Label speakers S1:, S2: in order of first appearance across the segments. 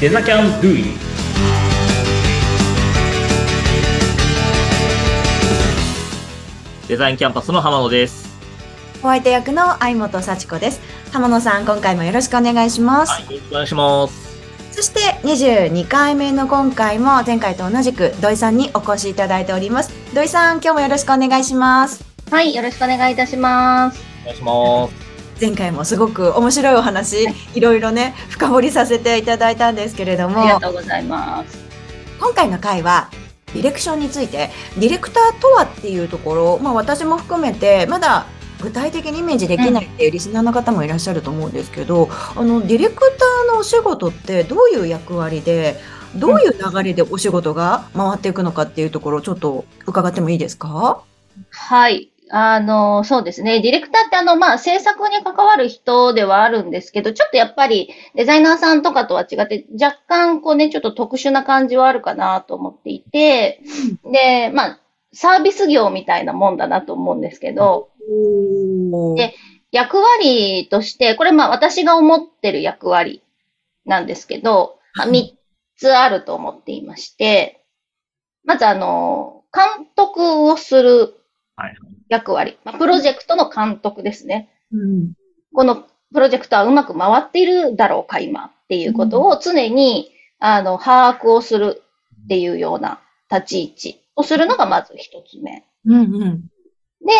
S1: デザキャンドゥイデザインキャンパスの浜野です。
S2: お相手役の相本幸子です。浜野さん、今回もよろしくお願いします。
S1: はい、よろしくお願いします。
S2: そして22回目の今回も前回と同じく土井さんにお越しいただいております。土井さん、今日もよろしくお願いします。
S3: はい、よろしくお願いいたします。
S1: お願いします。
S2: 前回もすごく面白いお話、いろいろね、深掘りさせていただいたんですけれど
S3: ありが
S2: も、
S3: とうございます。
S2: 今回の回は、ディレクションについて、ディレクターとはっていうところ、まあ私も含めて、まだ具体的にイメージできないっていうリスナーの方もいらっしゃると思うんですけど、あの、ディレクターのお仕事ってどういう役割で、どういう流れでお仕事が回っていくのかっていうところをちょっと伺ってもいいですか
S3: はい。あの、そうですね。ディレクターってあの、まあ、制作に関わる人ではあるんですけど、ちょっとやっぱりデザイナーさんとかとは違って、若干こうね、ちょっと特殊な感じはあるかなと思っていて、で、まあ、サービス業みたいなもんだなと思うんですけど、で役割として、これまあ私が思ってる役割なんですけど、まあ、
S2: はい
S3: 3つあると思っていまして、まずあの、監督をする
S1: はい
S3: 役割、まあ、プロジェクトの監督ですね。
S2: うん
S3: このプロジェクトはうまく回っているだろうか、今っていうことを常に、あの、把握をするっていうような立ち位置をするのがまず一つ目。
S2: うんうん
S3: で、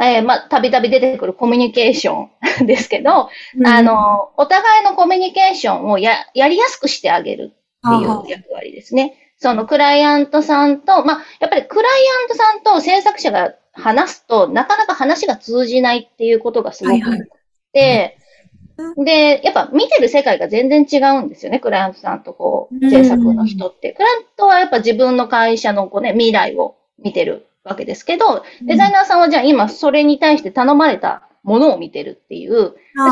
S3: えーまあ、たびたび出てくるコミュニケーション ですけど、あの、お互いのコミュニケーションをや、やりやすくしてあげるっていう役割ですね。そのクライアントさんと、まあ、やっぱりクライアントさんと制作者が話すと、なかなか話が通じないっていうことがすごく
S2: はい
S3: あって、で、やっぱ見てる世界が全然違うんですよね、クライアントさんとこ
S2: うん
S3: う、制作の人って。クライアントはやっぱ自分の会社のこうね、未来を見てるわけですけど、デザイナーさんはじゃあ今それに対して頼まれたものを見てるっていう、で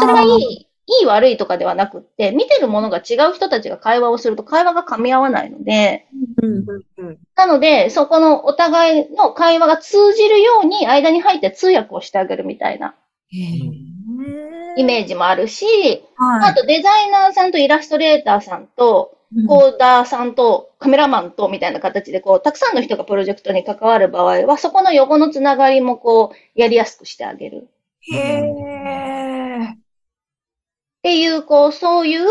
S3: それがいい、いい悪いとかではなくって、見てるものが違う人たちが会話をすると会話が噛み合わないので、
S2: うんうんうん
S3: なので、そこのお互いの会話が通じるように間に入って通訳をしてあげるみたいなイメージもあるし、
S2: は
S3: あ
S2: い
S3: とデザイナーさんとイラストレーターさんと、コーダーさんとカメラマンとみたいな形で、こう、たくさんの人がプロジェクトに関わる場合は、そこの横のつながりもこう、やりやすくしてあげる。
S2: へえ。
S3: っていう、こう、そういう、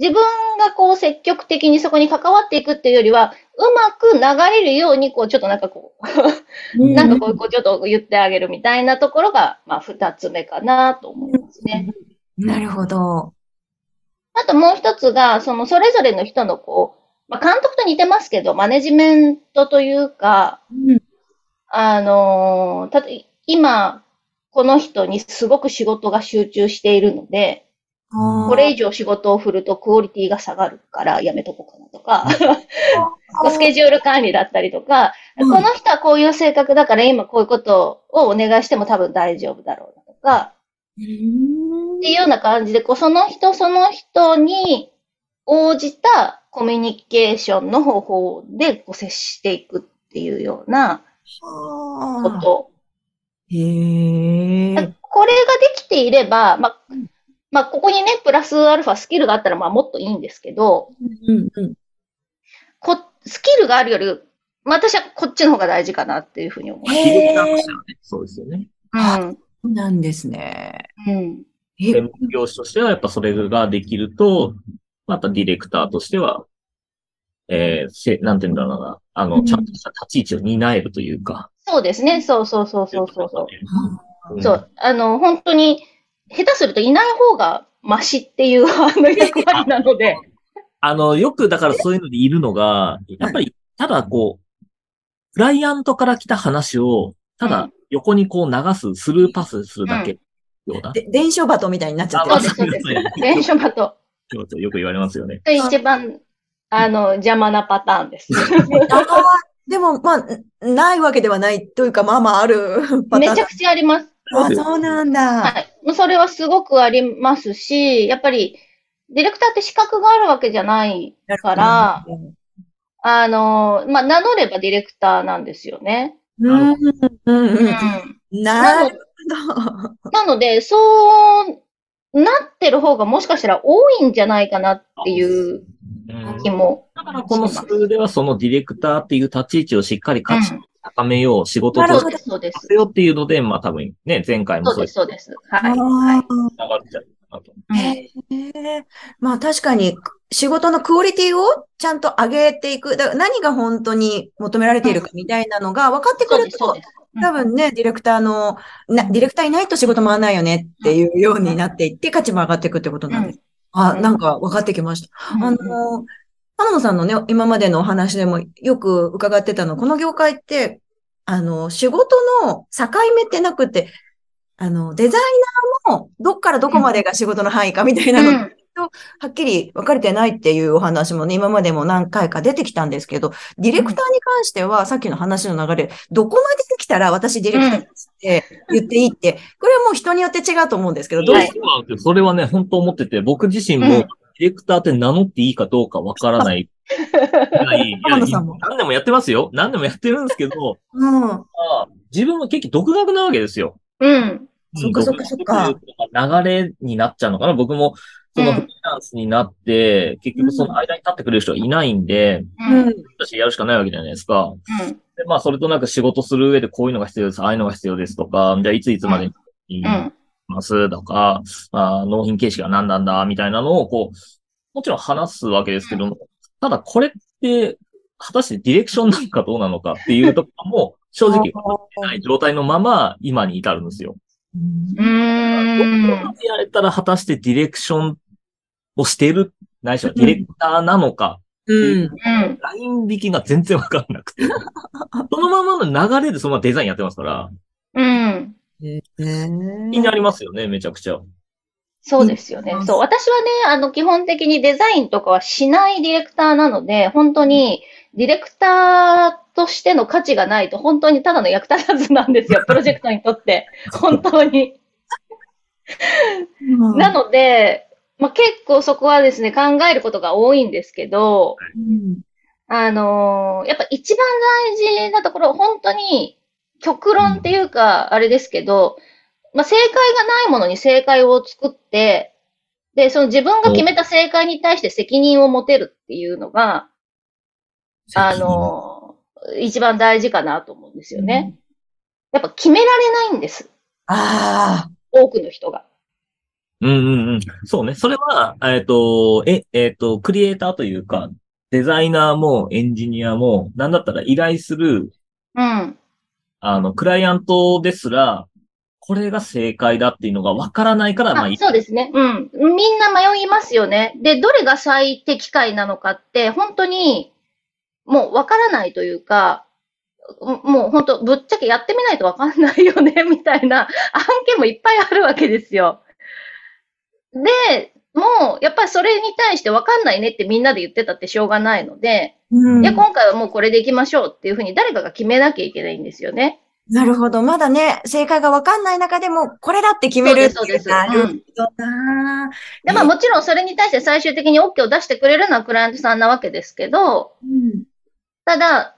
S3: 自分がこう積極的にそこに関わっていくっていうよりは、うまく流れるように、こう、ちょっとなんかこう、なんかこう、こうちょっと言ってあげるみたいなところが、まあ、二つ目かなと思いますね。
S2: なるほど。
S3: あともう一つが、その、それぞれの人のこう、まあ、監督と似てますけど、マネジメントというか、あのーたと今、この人にすごく仕事が集中しているので、これ以上仕事を振るとクオリティが下がるからやめとこうかなとか、スケジュール管理だったりとか、
S2: うん
S3: この人はこういう性格だから今こういうことをお願いしても多分大丈夫だろうなとか、っていうような感じで、こうその人その人に応じたコミュニケーションの方法でこう接していくっていうようなこ。
S2: ことへえ。
S3: これができていれば、まあ、まあ、ここにね、プラスアルファスキルがあったら、まあ、もっといいんですけど、
S2: うんうん。
S3: こ、スキルがあるより、まあ、私はこっちの方が大事かなっていうふうに思います。
S1: ディレクター
S2: へ
S1: と
S2: え
S1: し。てはね、そうですよね。
S3: うん。
S2: なんですね。
S3: うん。
S2: え
S1: 専門業種としてはやっぱそれができると、またディレクターとしては、えーせ、なんて言うんだろうな、あ
S2: う
S1: の、
S2: ん
S1: ちゃんとした立ち位置を担えるというか。
S3: そうですね。そうそうそうそうそうそ
S2: あ
S1: う
S3: う。
S1: ん
S3: そう。あの、本当に、下手するといない方がマシっていう、 あの役割なの で。
S1: あの、よくだからそういうのでいるのが、やっぱり、ただこう、クライアントから来た話を、た
S3: う
S1: だ
S3: ん
S1: 横にこう流す、スルーパスするだけ、ような。
S2: で伝承バトみたいになっちゃっ
S1: あ
S2: て
S1: ま
S2: る
S1: あ
S3: そうです
S1: そうですね
S3: 電書バト。
S1: よくよく言われますよね。
S3: 一番、あの、邪魔なパターンです。
S2: あーでも、まあ、ないわけではないというか、まあまああるパタ
S3: め
S2: ーン
S3: ちゃくちゃあります。
S2: あ、そうなんだ。
S3: はい。もうそれはすごくありますし、やっぱり、ディレクターって資格があるわけじゃないから、あの、まあ、名乗ればディレクターなんですよね。
S2: うん、うん、うん。
S3: うん。
S2: なるほど。
S3: なので、そうなってる方がもしかしたら多いんじゃないかなっていう
S1: うん
S3: 気も。
S1: だからこのスクールではそのディレクターっていう立ち位置をしっかり
S3: う
S1: 価値
S3: ん、
S1: 高めよう、仕事
S2: なる
S1: と
S2: ほ
S1: し
S2: ど
S1: て
S3: そうで
S1: さ
S3: す。
S1: せようっていうので、まあ多分ね、前回も
S3: そう
S1: そう
S3: で、
S1: ですす。
S3: そうです。はい。
S2: あ
S3: は
S2: ー
S1: 流れちゃうかなと。
S3: いうん
S2: へえまあ確かに仕事のクオリティをちゃんと上げていく。だから何が本当に求められているかみたいなのが分かってく
S3: そう
S2: る
S3: です、そう
S2: と
S3: で、す。うん
S2: 多分ね、ディレクターの、な、ディレクターいないと仕事回らないよねっていうようになっていって価値も上がっていくってことなんです。あ、なんか分かってきました。あ
S3: うん
S2: の、花野さんのね、今までのお話でもよく伺ってたの、この業界って、あの、仕事の境目ってなくて、あの、デザイナーもどっからどこまでが仕事の範囲かみたいなの、
S3: うん
S2: はっきり分かれてないっていうお話もね、今までも何回か出てきたんですけど、ディレクターに関しては、さっきの話の流れ、どこまでできたら私ディレクターですって言っていいって、これはもう人によって違うと思うんですけど、どう
S1: どう
S2: で
S1: し
S2: す
S1: てもそれはね、本当思ってて、僕自身も、
S3: うん
S1: ディレクターって名乗っていいかどうかわからない。いやいや
S2: 浜野さんも
S1: 何でもやってますよ。何でもやってるんですけ ど、
S2: うん。
S1: まあ自分は結局独学なわけですよ。
S3: うん。
S2: そっかそっかそっか
S1: 独学という流れになっちゃうのかな。僕も、その
S3: うん
S1: フリーランスになって、結局その間に立ってくれる人いないんで、
S3: うん。うん。
S1: 私やるしかないわけじゃないですか。で、まあ、それとなく仕事する上でこういうのが必要です、ああいうのが必要ですとか、じゃあいついつまでに
S3: うん。
S1: ますとか、まあ、納品形式が何なんだ、みたいなのを、こう、もちろん話すわけですけども、ただこれって、果たしてディレクションなんかどうなのかっていうところも、正直、ない状態のまま、今に至るんですよ。
S3: うーん。
S1: やれたら果たしてディレクションをしてる、ないしはディレクターなのか、
S2: うん。
S3: うん。
S1: ライン引きが全然わかんなく て。そのままの流れでそのままデザインやってますから、
S3: うん。
S1: 気になりますよね、めちゃくちゃ。
S3: そうですよね。そう。私はね、あの、基本的にデザインとかはしないディレクターなので、本当に、ディレクターとしての価値がないと、本当にただの役立たずなんですよ。プロジェクトにとって。本当に。
S2: うん
S3: なので、まあ、結構そこはですね、考えることが多いんですけど、
S2: うん
S3: あのーやっぱ一番大事なところ、本当に極論っていうか、あれですけど、まあ、正解がないものに正解を作って、で、その自分が決めた正解に対して責任を持てるっていうのが、あのー一番大事かなと思うんですよね。やっぱ決められないんです。
S2: ああ、
S3: 多くの人が。
S1: うんうんうん。そうね。それは、えっ、と、え、えっ、と、クリエイターというか、デザイナーもエンジニアも、なんだったら依頼する、
S3: うん。
S1: あの、クライアントですら、これが正解だっていうのがわからないから、まあ、
S3: あ、そうですね。うん。みんな迷いますよね。で、どれが最適解なのかって、本当に、もうわからないというか、うもう本当、ぶっちゃけやってみないとわかんないよね、 みたいな案件もいっぱいあるわけですよ。で、もう、やっぱりそれに対してわかんないねってみんなで言ってたってしょうがないので、
S2: うん
S3: いや、今回はもうこれでいきましょうっていうふうに誰かが決めなきゃいけないんですよね。
S2: なるほど。まだね、正解がわかんない中でも、これだって決めるって
S3: そう
S2: い
S3: で
S2: う
S3: すそうです
S2: なる
S3: う
S2: ほ
S3: ん
S2: どな。
S3: で、まあもちろんそれに対して最終的に OK を出してくれるのはクライアントさんなわけですけど、
S2: うん
S3: ただ、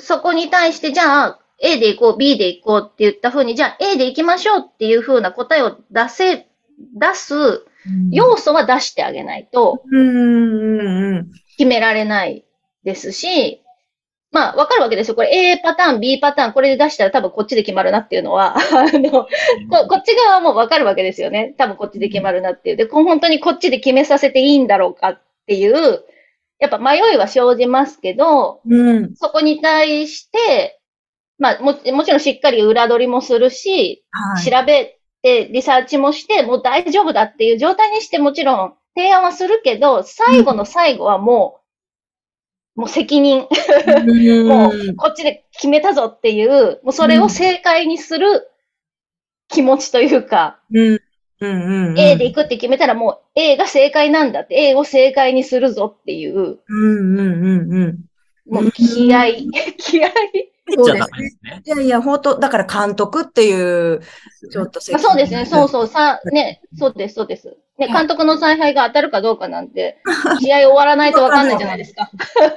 S3: そこに対して、じゃあ、A で行こう、B で行こうって言った風に、じゃあ A で行きましょうっていう風な答えを出せ、出す要素は出してあげないと
S2: うんうんうん
S3: 決められないですし、まあ、わかるわけですよ。これ A パターン、B パターン、これで出したら多分こっちで決まるなっていうのは、あ の、ここっち側はもうわかるわけですよね。多分こっちで決まるなっていう。で、こう本当にこっちで決めさせていいんだろうかっていう、やっぱ迷いは生じますけど、
S2: うん。
S3: そこに対して、まあも、もちろんしっかり裏取りもするし、
S2: はい。
S3: 調べてリサーチもして、もう大丈夫だっていう状態にしてもちろん提案はするけど、最後の最後はもう、もう責任、
S2: うん
S3: もうこっちで決めたぞっていう、もうそれを正解にする気持ちというか、
S2: うんうんうんうん。
S3: A で行くって決めたらもう A が正解なんだって、A を正解にするぞっていう、
S2: うんうんうんうん。
S3: もう気合い、 気合い。
S1: じ
S2: そう
S1: ゃ
S2: で
S1: ダ
S2: す
S1: メで
S2: ね。
S1: すね。
S2: いやいや、本当だから監督っていう、ちょっと
S3: まあ、そうですね、そう
S2: う。
S3: そう、さ、ね、そうです、そうです。ね、監督の采配が当たるかどうかなんて、試合終わらないとわかんないじゃないですか。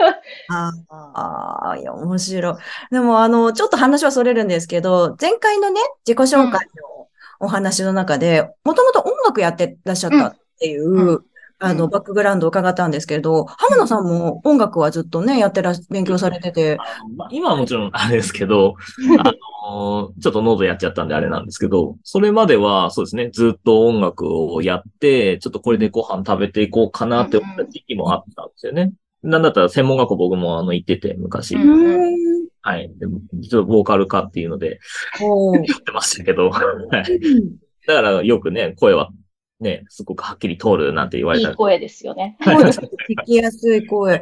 S2: ああー、いや、面白い。でも、あの、ちょっと話はそれるんですけど、前回のね、自己紹介のお話の中で、もともと音楽やってらっしゃったっていう、
S3: うんう
S2: あの、バックグラウンドを伺ったんですけれど、浜野さんも音楽はずっとね、やってらっ、勉強されてて、
S1: まあ、今はもちろんあれですけど、あのちょっとノートやっちゃったんであれなんですけど、それまではそうですね、ずっと音楽をやって、ちょっとこれでご飯食べていこうかなって思った時期もあったんですよね。なんだったら専門学校僕もあの行ってて、昔。
S3: うん
S2: うん
S1: はい。でちょっとボーカル科っていうので
S2: こう
S1: やってましたけど、はいだからよくね、声はね、すごくはっきり通るなんて言われ
S3: い
S1: た
S3: い
S1: り
S3: 声ですよね。
S2: 声です聞きやすい声。
S1: あ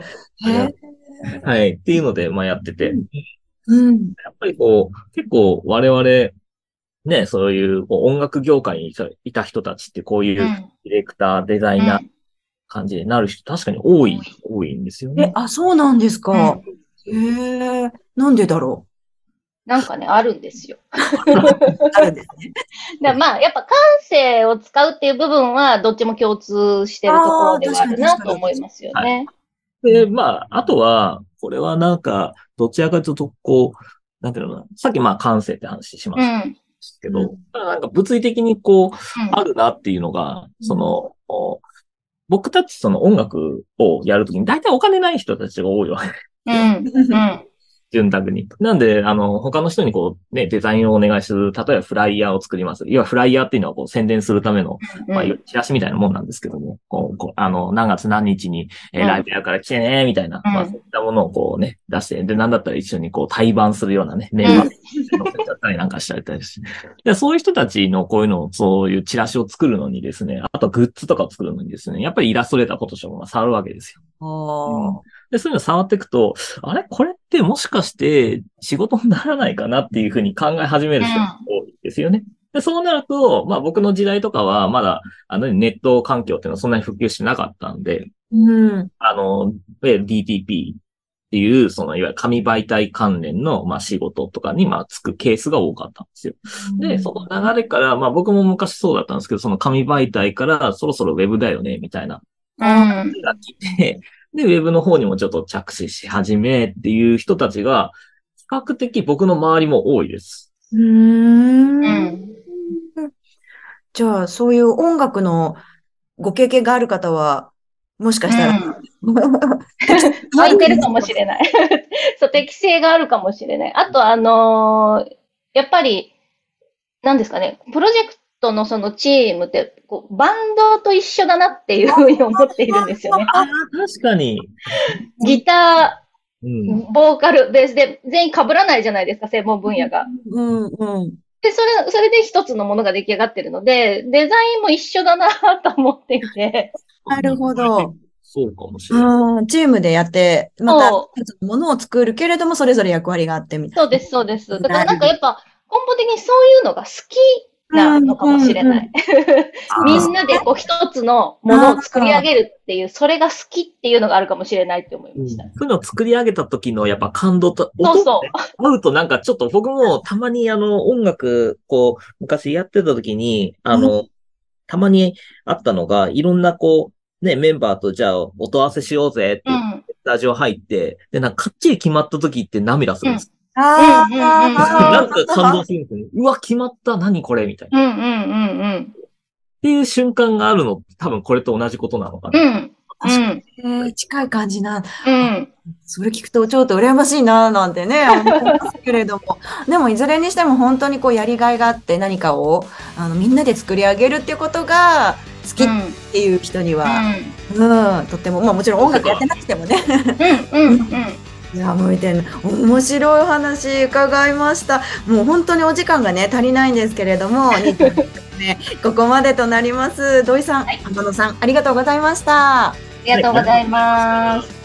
S1: りがと
S2: へ
S1: うはい。っていうので、まあやってて。
S2: うん。
S1: やっぱりこう、結構我々、ね、そういうこう音楽業界にいたいた人たちってこういうデ
S3: うん
S1: ィレクター、デザイ
S3: う
S1: ナー
S3: ん
S1: 感じになる人、確かに多い、多いんですよ
S2: え
S1: ね、。
S2: あ、そうなんですか。
S3: うん
S2: へえ、なんでだろ
S3: なんかね、あるんですよ。
S2: う。あるんですね。
S3: だまあ、やっぱ感性を使うっていう部分は、どっちも共通してるところではある
S2: あー
S3: な
S2: 確かに確かに
S3: と思いますよね。
S1: で、まあ、あとは、これはなんか、どちらかというと、こう、なんていうのかな、さっきまあ感性って話しま
S3: う
S1: した
S3: ん。
S1: け
S2: う
S1: ど、まあなんか物理的にこう、
S3: うん
S1: あるなっていうのが、
S2: うん
S1: その、お僕たちその音楽をやるときに、大体お金ない人たちが多いわけ
S3: うん。うん。
S1: 潤沢に。なんで、あの、他の人にこう、ね、デザインをお願いする、例えばフライヤーを作ります。要はフライヤーっていうのはこう、宣伝するための、まあ、
S3: うん
S1: チラシみたいなもんなんですけども、こう、こうあの、何月何日に、えー
S3: うん
S1: ライブやるから来てね、みたいな、
S3: うん
S1: まあ、そういったものをこうね、出して、で、なんだったら一緒にこう、対バンするようなね、メンバー載せちゃったりなんかしたりしたりして。で、そういう人たちのこういうのを、そういうチラシを作るのにですね、あとはグッズとかを作るのにですね、やっぱりイラストレーター、フォトショップが触るわけですよ。
S2: あー
S1: で、そういうの触っていくと、あれこれってもしかして仕事にならないかなっていうふうに考え始める人が多いですよね。で、そうなると、まあ僕の時代とかはまだ、あの、ネット環境っていうのはそんなに普及してなかったんで、
S2: うん。
S1: あの、いわゆる DTP っていう、その、いわゆる紙媒体関連の、まあ仕事とかに、まあつくケースが多かったんですよ。で、その流れから、まあ僕も昔そうだったんですけど、その紙媒体からそろそろウェブだよね、みたいな
S3: うん。
S1: が来て、で、ウェブの方にもちょっと着手し始めっていう人たちが、比較的僕の周りも多いです。
S2: うー。
S3: うんん。
S2: じゃあ、そういう音楽のご経験がある方は、もしかしたら、
S3: 向いてるかもしれない。 そう、適性があるかもしれない。あと、あのーやっぱり、なんですかね、プロジェクトのそのチームって、こうバンドと一緒だなっていうふうに思っているんですよね。
S1: ああ、確かに。
S3: ギタ
S1: うん。
S3: ー、ボーカル、ベースで全員被らないじゃないですか、専門分野が。
S2: うん、うん。
S3: で、それ、それで一つのものが出来上がってるので、デザインも一緒だなと思っていて、
S2: なるほど。
S1: そうかもしれない。
S2: うん、チームでやって、また、
S3: そう
S2: 一つのものを作るけれども、それぞれ役割があってみたい
S3: そうです、そうです。だからなんかやっぱ、根本的にそういうのが好きなのかもしれない。みんなでこう一つのものを作り上げるっていう、それが好きっていうのがあるかもしれないって思い
S1: うん
S3: まし
S1: そ
S3: た。
S1: ういうのを作り上げた時のやっぱ感動と、音
S3: そうそ
S1: 合うとなんかちょっと僕もたまにあの音楽、こう、昔やってた時に、あの、たまにあったのが、いろんなこう、ね、メンバーとじゃあ音合わせしようぜって
S3: う。う
S1: 言って
S3: ん。
S1: スタジオ入って、で、なんかかっちり決まった時って涙するんです。
S2: あー
S3: うんうんうん
S1: なんか感動するんですよね。うわ、決まった、何これみたいな。っ
S3: うんうんうんうん。
S1: ていう瞬間があるのって多分これと同じことなのか
S3: う
S1: な。
S3: ん。うん。
S2: えー近い感じな。
S3: うん。
S2: それ聞くとちょっと羨ましいななんて ね、思いますけれども。でもいずれにしても本当にこうやりがいがあって何かをあのみんなで作り上げるっていうことが好き
S3: う
S2: っ
S3: ん。
S2: ていう人には、
S3: う
S2: うん、とっても、まあもちろん音楽やってなくてもね。
S3: ん。うん。うん。
S2: いや、向いてる。面白いお話伺いました。もう本当にお時間がね、足りないんですけれど も、20分ね、ここまでとなります。土井さん、天野さん、ありがとうございました。
S3: ありがとうございます。